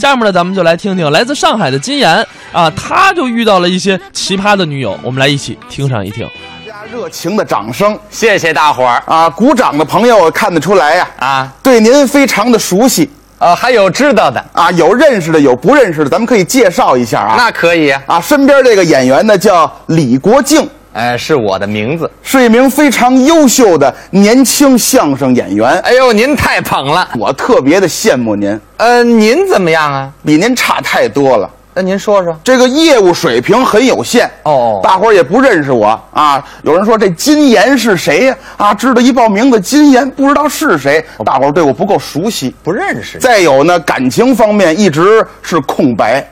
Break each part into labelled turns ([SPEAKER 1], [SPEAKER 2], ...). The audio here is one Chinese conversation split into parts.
[SPEAKER 1] 下面呢，咱们就来听听来自上海的金岩啊，他就遇到了一些奇葩的女友，我们来一起听上一听。
[SPEAKER 2] 大家热情的掌声
[SPEAKER 3] 谢谢大伙儿
[SPEAKER 2] 啊！鼓掌的朋友看得出来呀、
[SPEAKER 3] 啊，
[SPEAKER 2] 对您非常的熟悉
[SPEAKER 3] 呃，还有知道的，
[SPEAKER 2] 啊，有认识的，有不认识的，咱们可以介绍一下啊。
[SPEAKER 3] 那可以啊，
[SPEAKER 2] 啊，身边这个演员呢叫李国庆，
[SPEAKER 3] 哎，是我的名字。
[SPEAKER 2] 是一名非常优秀的年轻相声演员。哎，
[SPEAKER 3] 哎呦，您太捧了，
[SPEAKER 2] 我特别的羡慕您，
[SPEAKER 3] 呃，您怎么样啊？
[SPEAKER 2] 比您差太多了。
[SPEAKER 3] 那呃您说说，
[SPEAKER 2] 这个业务水平很有限
[SPEAKER 3] 哦
[SPEAKER 2] 大伙儿也不认识我啊。有人说这金岩是谁呀？啊，知道一报名字金岩，不知道是谁，
[SPEAKER 3] 哦
[SPEAKER 2] 大伙儿对我不够熟悉。
[SPEAKER 3] 不认识
[SPEAKER 2] 再有呢，感情方面一直是空白，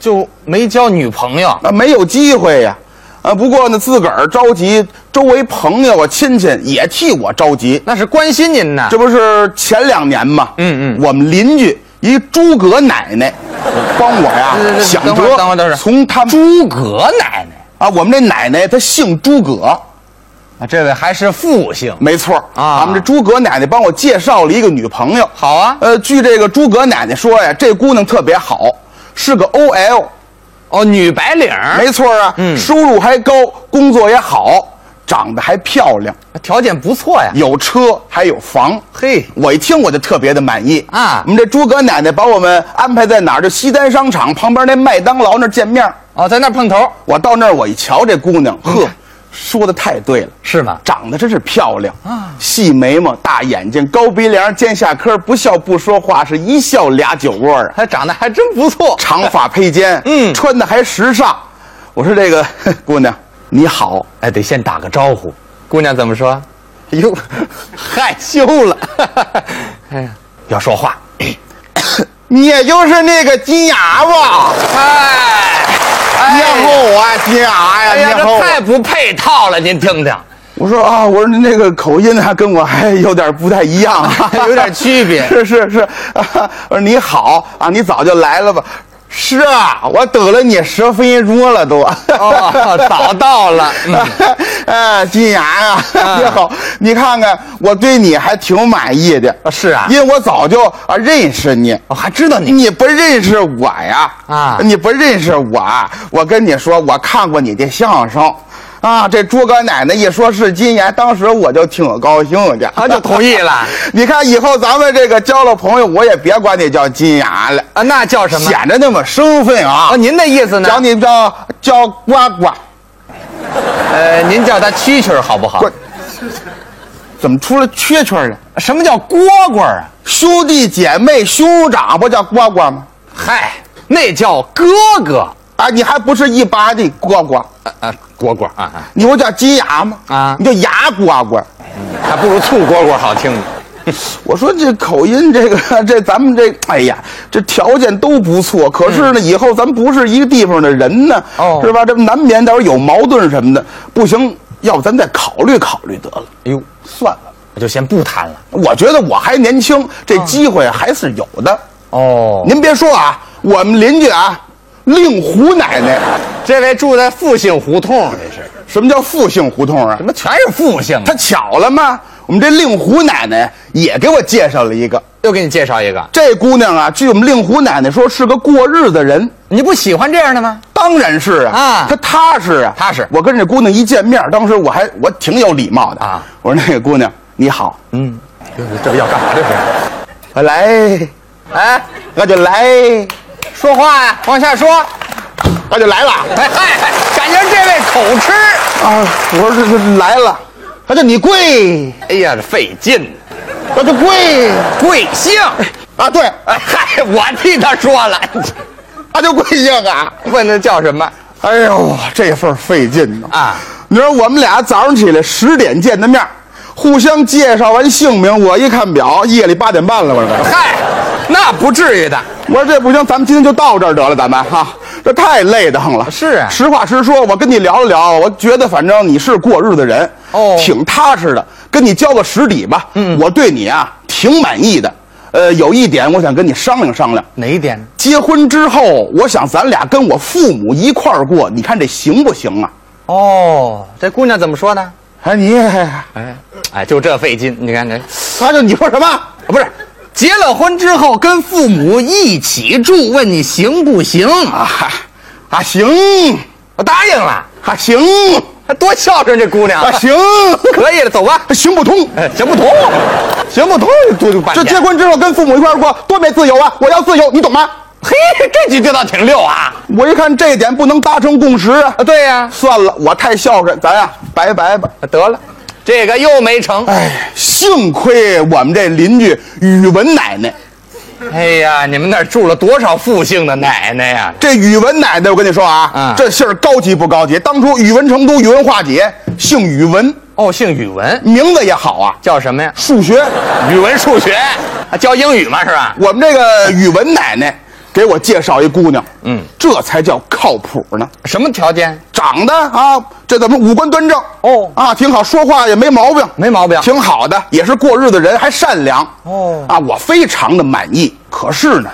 [SPEAKER 3] 就没交女朋友，
[SPEAKER 2] 啊，没有机会呀、啊，不过呢，自个儿着急，周围朋友啊、亲戚也替我着急。
[SPEAKER 3] 那是关心您呐
[SPEAKER 2] 这。不是前两年吗？
[SPEAKER 3] 嗯
[SPEAKER 2] 嗯，我们邻居一诸葛奶奶，帮我
[SPEAKER 3] 是是
[SPEAKER 2] 呀
[SPEAKER 3] 是
[SPEAKER 2] 想
[SPEAKER 3] 等会儿等会儿等会
[SPEAKER 2] 辙，
[SPEAKER 3] 儿
[SPEAKER 2] 从他们
[SPEAKER 3] 诸葛奶奶
[SPEAKER 2] 啊，我们这奶奶她姓诸葛，
[SPEAKER 3] 啊，这位还是复姓。
[SPEAKER 2] 没错儿
[SPEAKER 3] 啊
[SPEAKER 2] 俺们这诸葛奶奶帮我介绍了一个女朋友。
[SPEAKER 3] 好啊，
[SPEAKER 2] 呃，据这个诸葛奶奶说呀，这姑娘特别好，是个 OL，
[SPEAKER 3] 哦，女白领儿，
[SPEAKER 2] 没错儿啊，
[SPEAKER 3] 嗯
[SPEAKER 2] 收入还高，工作也好，长得还漂亮，
[SPEAKER 3] 条件不错呀。
[SPEAKER 2] 有车还有房。
[SPEAKER 3] 嘿，
[SPEAKER 2] 我一听我就特别的满意
[SPEAKER 3] 啊
[SPEAKER 2] 我们这诸葛奶奶把我们安排在哪儿？就西单商场旁边那麦当劳那儿见面儿。
[SPEAKER 3] 哦，在那儿碰头
[SPEAKER 2] 我到那儿我一瞧这姑娘，
[SPEAKER 3] 哎
[SPEAKER 2] 呵，说的太对了。
[SPEAKER 3] 是吗？
[SPEAKER 2] 长得真是漂亮
[SPEAKER 3] 啊
[SPEAKER 2] 细眉毛、大眼睛、高鼻梁、尖下颏，不笑不说话，是一笑俩酒窝儿啊。
[SPEAKER 3] 他长得还真不错。
[SPEAKER 2] 长发披肩，
[SPEAKER 3] 嗯
[SPEAKER 2] 穿的还时尚。我说这个 呵姑娘你好，
[SPEAKER 3] 哎，得先打个招呼。姑娘怎么说？哟，害羞了。哎呀，要说话。
[SPEAKER 2] 你也就是那个金牙吧？
[SPEAKER 3] 哎，哎
[SPEAKER 2] 你好我啊，金牙
[SPEAKER 3] 哎
[SPEAKER 2] 呀，
[SPEAKER 3] 呀，
[SPEAKER 2] 你好
[SPEAKER 3] 这
[SPEAKER 2] 我。
[SPEAKER 3] 太不配套了，您听听，，
[SPEAKER 2] 我说啊，我说您这个口音啊，跟我还有点不太一样啊
[SPEAKER 3] 哎有点区 别
[SPEAKER 2] 是是是，啊我说你好啊，你早就来了吧？是啊，我等了你十分钟了都。
[SPEAKER 3] 哦，早到了。嗯
[SPEAKER 2] 啊，金牙啊，你好，你看看，我对你还挺满意的。
[SPEAKER 3] 啊 是啊
[SPEAKER 2] 因为我早就啊认识你，
[SPEAKER 3] 我哦还知道你
[SPEAKER 2] 你不认识我呀？
[SPEAKER 3] 啊
[SPEAKER 2] 你不认识我，我跟你说，我看过你的相声。啊，这诸葛奶奶一说是金牙，当时我就挺高兴的，
[SPEAKER 3] 啊就同意 了
[SPEAKER 2] 你看以后咱们这个交了朋友，我也别管你叫金牙了，
[SPEAKER 3] 啊，那叫什么？
[SPEAKER 2] 显得那么生分啊。
[SPEAKER 3] 哦，您的意思呢？
[SPEAKER 2] 叫你叫叫呱呱。
[SPEAKER 3] 呃，您叫他蛐蛐儿好不好？
[SPEAKER 2] 呱怎么出了缺圈了？
[SPEAKER 3] 什么叫蝈蝈儿啊？
[SPEAKER 2] 兄弟姐妹、兄长不叫呱呱吗？
[SPEAKER 3] 嗨，那叫哥哥。
[SPEAKER 2] 啊，你还不是一般的呱呱，
[SPEAKER 3] 啊啊，蝈蝈儿啊啊，
[SPEAKER 2] 你不叫鸡牙吗？
[SPEAKER 3] 啊
[SPEAKER 2] 你叫牙呱呱。
[SPEAKER 3] 还不如醋蝈蝈好听呢。
[SPEAKER 2] 我说这口音，这个这咱们这，哎呀，这条件都不错，可是呢，以后咱不是一个地方的人呢，
[SPEAKER 3] 嗯哦
[SPEAKER 2] 是吧？这难免到时候有矛盾什么的，不行，要不咱再考虑考虑得了，
[SPEAKER 3] 哎呦，
[SPEAKER 2] 算了。
[SPEAKER 3] 我就先不谈了。
[SPEAKER 2] 我觉得我还年轻，这
[SPEAKER 3] 嗯
[SPEAKER 2] 机会还是有的。
[SPEAKER 3] 哦，
[SPEAKER 2] 您别说啊，我们邻居啊，令狐奶奶，
[SPEAKER 3] 这位住在复姓胡同，这是
[SPEAKER 2] 什么叫复姓胡同啊
[SPEAKER 3] 怎？么全是复姓啊？
[SPEAKER 2] 他巧了吗？我们这令狐奶奶也给我介绍了一个，
[SPEAKER 3] 又给你介绍一个，
[SPEAKER 2] 这姑娘啊，据我们令狐奶奶说是个过日子人，
[SPEAKER 3] 你不喜欢这样的吗？
[SPEAKER 2] 当然是啊，
[SPEAKER 3] 啊
[SPEAKER 2] 她踏实啊，
[SPEAKER 3] 踏实
[SPEAKER 2] 我跟这姑娘一见面，当时我还我挺有礼貌的
[SPEAKER 3] 啊，
[SPEAKER 2] 我说那个姑娘你好，
[SPEAKER 3] 嗯，这要干嘛这是？
[SPEAKER 2] 我来，
[SPEAKER 3] 哎，
[SPEAKER 2] 我就来，
[SPEAKER 3] 说话呀，往下说。
[SPEAKER 2] 我就来了
[SPEAKER 3] 哎嗨，嗨感情这位口吃。
[SPEAKER 2] 啊，我说这这来了，她叫你跪，
[SPEAKER 3] 哎呀，这费劲，
[SPEAKER 2] 我就跪
[SPEAKER 3] 贵姓？
[SPEAKER 2] 啊，对，
[SPEAKER 3] 哎嗨，我替他说了，
[SPEAKER 2] 她就跪下啊。
[SPEAKER 3] 问他叫什么？
[SPEAKER 2] 哎呦，这份儿费劲呐！
[SPEAKER 3] 啊
[SPEAKER 2] 你说我们俩早上起来十点见的面儿，互相介绍完姓名，我一看表，夜里八点半了。我说，
[SPEAKER 3] 嗨，那不至于的。
[SPEAKER 2] 我说这不行，咱们今天就到这儿得了，咱们哈、这太累得慌了。
[SPEAKER 3] 是啊
[SPEAKER 2] 实话实说，我跟你聊了聊，我觉得反正你是过日子人，
[SPEAKER 3] 哦
[SPEAKER 2] 挺踏实的，跟你交个实底吧。嗯，我对你啊挺满意的。呃，有一点我想跟你商量商量，
[SPEAKER 3] 哪一点？
[SPEAKER 2] 结婚之后，我想咱俩跟我父母一块儿过，你看这行不行啊？
[SPEAKER 3] 哦，这姑娘怎么说呢？
[SPEAKER 2] 哎，你，
[SPEAKER 3] 哎，哎，就这费劲，你看这，
[SPEAKER 2] 他就你说什么？
[SPEAKER 3] 不是，结了婚之后跟父母一起住，问你行不行？
[SPEAKER 2] 啊啊行
[SPEAKER 3] 我答应了，
[SPEAKER 2] 啊行
[SPEAKER 3] 还多孝顺这姑娘
[SPEAKER 2] 啊
[SPEAKER 3] 啊，
[SPEAKER 2] 行，
[SPEAKER 3] 可以了，走吧。
[SPEAKER 2] 行不通，
[SPEAKER 3] 哎，行不通，啊
[SPEAKER 2] 行不通，
[SPEAKER 3] 多就半
[SPEAKER 2] 这
[SPEAKER 3] 天
[SPEAKER 2] 结婚之后跟父母一块儿过，多没自由啊！我要自由，你懂吗？
[SPEAKER 3] 嘿，这句就倒挺溜啊。
[SPEAKER 2] 我一看这一点不能达成共识啊，
[SPEAKER 3] 啊，对呀、
[SPEAKER 2] 算了，我太孝顺，咱呀、拜拜吧。
[SPEAKER 3] 啊得了，这个又没成。
[SPEAKER 2] 哎，幸亏我们这邻居宇文奶奶，
[SPEAKER 3] 哎呀，你们那儿住了多少复姓的奶奶呀？
[SPEAKER 2] 这宇文奶奶，我跟你说啊，
[SPEAKER 3] 嗯
[SPEAKER 2] 这姓儿高级不高级？当初宇文成都宇文化解，姓宇文，
[SPEAKER 3] 哦，姓宇文，
[SPEAKER 2] 名字也好啊，
[SPEAKER 3] 叫什么呀？
[SPEAKER 2] 数学。
[SPEAKER 3] 语文、数学，啊教英语嘛，是吧？
[SPEAKER 2] 我们这个宇文奶奶给我介绍一姑娘，
[SPEAKER 3] 嗯，
[SPEAKER 2] 这才叫靠谱呢。
[SPEAKER 3] 什么条件？
[SPEAKER 2] 长得啊，这怎么五官端正
[SPEAKER 3] 哦
[SPEAKER 2] 啊，挺好，说话也没毛病，
[SPEAKER 3] 没毛病
[SPEAKER 2] 挺好的，也是过日子人，还善良
[SPEAKER 3] 哦
[SPEAKER 2] 啊，我非常的满意。可是呢，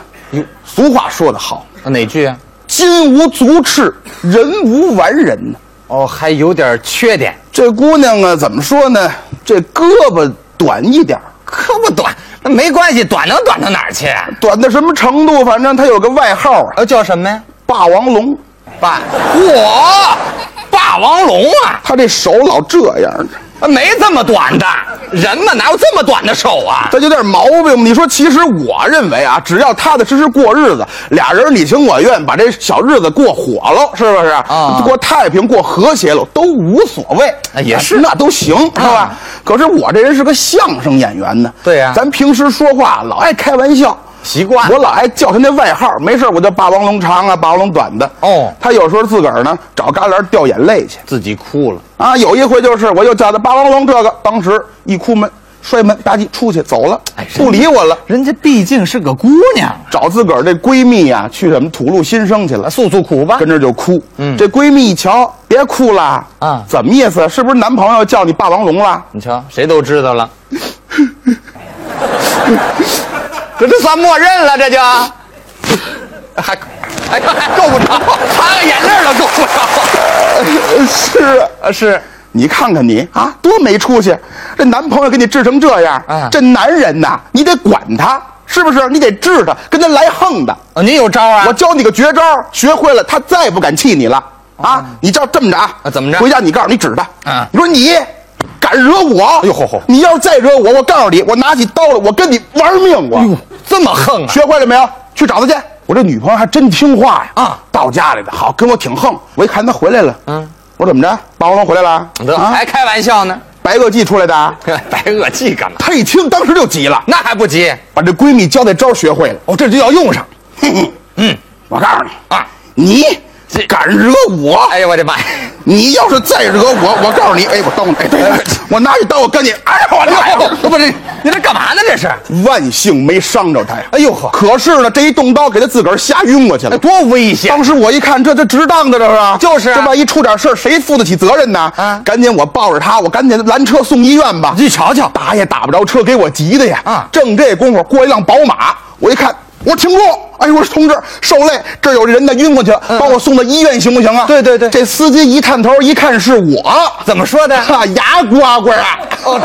[SPEAKER 2] 俗话说得好，
[SPEAKER 3] 哪句啊？
[SPEAKER 2] 金无足赤，人无完人呢。
[SPEAKER 3] 哦，还有点缺点，
[SPEAKER 2] 这姑娘啊，怎么说呢？这胳膊短一点儿
[SPEAKER 3] 可不短，那没关系，短能短到哪儿去啊？
[SPEAKER 2] 短到什么程度？反正她有个外号啊，
[SPEAKER 3] 呃，叫什么呀？
[SPEAKER 2] 霸王龙。
[SPEAKER 3] 霸，我霸王龙啊，
[SPEAKER 2] 她这手老这样儿
[SPEAKER 3] 没这么短的，人嘛哪有这么短的手啊？
[SPEAKER 2] 这有点毛病。你说，其实我认为啊，只要踏踏实实过日子，俩人你情我愿，把这小日子过火了，是不是？
[SPEAKER 3] 啊
[SPEAKER 2] 过太平，过和谐了，都无所谓
[SPEAKER 3] 啊。也是
[SPEAKER 2] 那都行，是吧
[SPEAKER 3] 啊？
[SPEAKER 2] 可是我这人是个相声演员呢。
[SPEAKER 3] 对呀
[SPEAKER 2] 咱平时说话老爱开玩笑。
[SPEAKER 3] 习惯
[SPEAKER 2] 我老爱叫他那外号，没事儿我就霸王龙长啊，霸王龙短的。
[SPEAKER 3] 哦
[SPEAKER 2] 他有时候自个儿呢找旮旯掉眼泪去
[SPEAKER 3] 自己哭了，
[SPEAKER 2] 啊。有一回就是，我又叫他霸王龙这个，当时一哭门摔门吧唧出去走了
[SPEAKER 3] 哎，是
[SPEAKER 2] 不理我了。
[SPEAKER 3] 人家毕竟是个姑娘，
[SPEAKER 2] 找自个儿这闺蜜啊，去什么吐露心声去了，
[SPEAKER 3] 诉诉苦吧
[SPEAKER 2] 跟。这儿就哭。
[SPEAKER 3] 嗯
[SPEAKER 2] 这闺蜜一瞧，别哭啦，
[SPEAKER 3] 啊
[SPEAKER 2] 怎么意思？是不是男朋友叫你霸王龙了？
[SPEAKER 3] 你瞧，谁都知道了， 这这算默认了，这就还哎呀还够不着，擦个眼泪儿都够不着。
[SPEAKER 2] 是，
[SPEAKER 3] 啊，是
[SPEAKER 2] 你看看你啊，多没出息！这男朋友给你治成这样，
[SPEAKER 3] 啊
[SPEAKER 2] 这男人呐，你得管他，是不是？你得治他，跟他来横的。
[SPEAKER 3] 哦，您有招啊？
[SPEAKER 2] 我教你个绝招，学会了他再也不敢气你了啊！你照这么着啊
[SPEAKER 3] 哦啊怎么着
[SPEAKER 2] 回家你告诉你指着他，
[SPEAKER 3] 啊
[SPEAKER 2] 你说你敢惹我？哎
[SPEAKER 3] 呦吼吼
[SPEAKER 2] 你要是再惹我，我告诉你，我拿起刀来，我跟你玩命！我、
[SPEAKER 3] 哎这么横啊？
[SPEAKER 2] 学会了没有？去找他去。我这女朋友还真听话呀！
[SPEAKER 3] 啊，
[SPEAKER 2] 到家里了，好跟我挺横。我一看她回来了，
[SPEAKER 3] 嗯，
[SPEAKER 2] 我说怎么着？霸王龙回来了啊？
[SPEAKER 3] 得还开玩笑呢，
[SPEAKER 2] 白垩纪出来的啊？
[SPEAKER 3] 哎白垩纪干嘛？
[SPEAKER 2] 她一听，当时就急了，
[SPEAKER 3] 那还不急
[SPEAKER 2] 把这闺蜜教那招学会了。
[SPEAKER 3] 哦，这就要用上
[SPEAKER 2] 嘿嘿，
[SPEAKER 3] 嗯，
[SPEAKER 2] 我告诉你，
[SPEAKER 3] 啊！
[SPEAKER 2] 你
[SPEAKER 3] 这
[SPEAKER 2] 敢惹我？
[SPEAKER 3] 哎呦我的妈呀！
[SPEAKER 2] 你要是再惹我，我告诉你，哎，我刀呢？哎，对对对我拿起刀，我跟你，哎呀，我
[SPEAKER 3] 哦
[SPEAKER 2] 操！
[SPEAKER 3] 不是你这干嘛呢？这是？
[SPEAKER 2] 万幸没伤着他呀。
[SPEAKER 3] 哎呦呵，
[SPEAKER 2] 可是呢，这一动刀给他自个儿吓晕过去了。
[SPEAKER 3] 多危险！
[SPEAKER 2] 当时我一看，这这值当的，这是
[SPEAKER 3] 就是啊
[SPEAKER 2] 这万一出点事儿谁负得起责任呢？
[SPEAKER 3] 啊
[SPEAKER 2] 赶紧我抱着他，我赶紧拦车送医院吧。
[SPEAKER 3] 你瞧瞧，
[SPEAKER 2] 打也打不着车，给我急的呀！
[SPEAKER 3] 啊
[SPEAKER 2] 正这功夫过一辆宝马，我一看，我说停住！哎呦，我说同志，受累，这儿有人呢，晕过去了，把我送到医院行不行啊？
[SPEAKER 3] 嗯对对对
[SPEAKER 2] 这司机一探头，一看是我，
[SPEAKER 3] 怎么说的？
[SPEAKER 2] 哈，牙呱呱啊！
[SPEAKER 3] 哦。